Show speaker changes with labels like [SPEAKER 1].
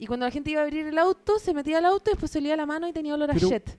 [SPEAKER 1] Y cuando la gente iba a abrir el auto, se metía al auto y después se olía la mano y tenía olor a
[SPEAKER 2] Pero-
[SPEAKER 1] jet.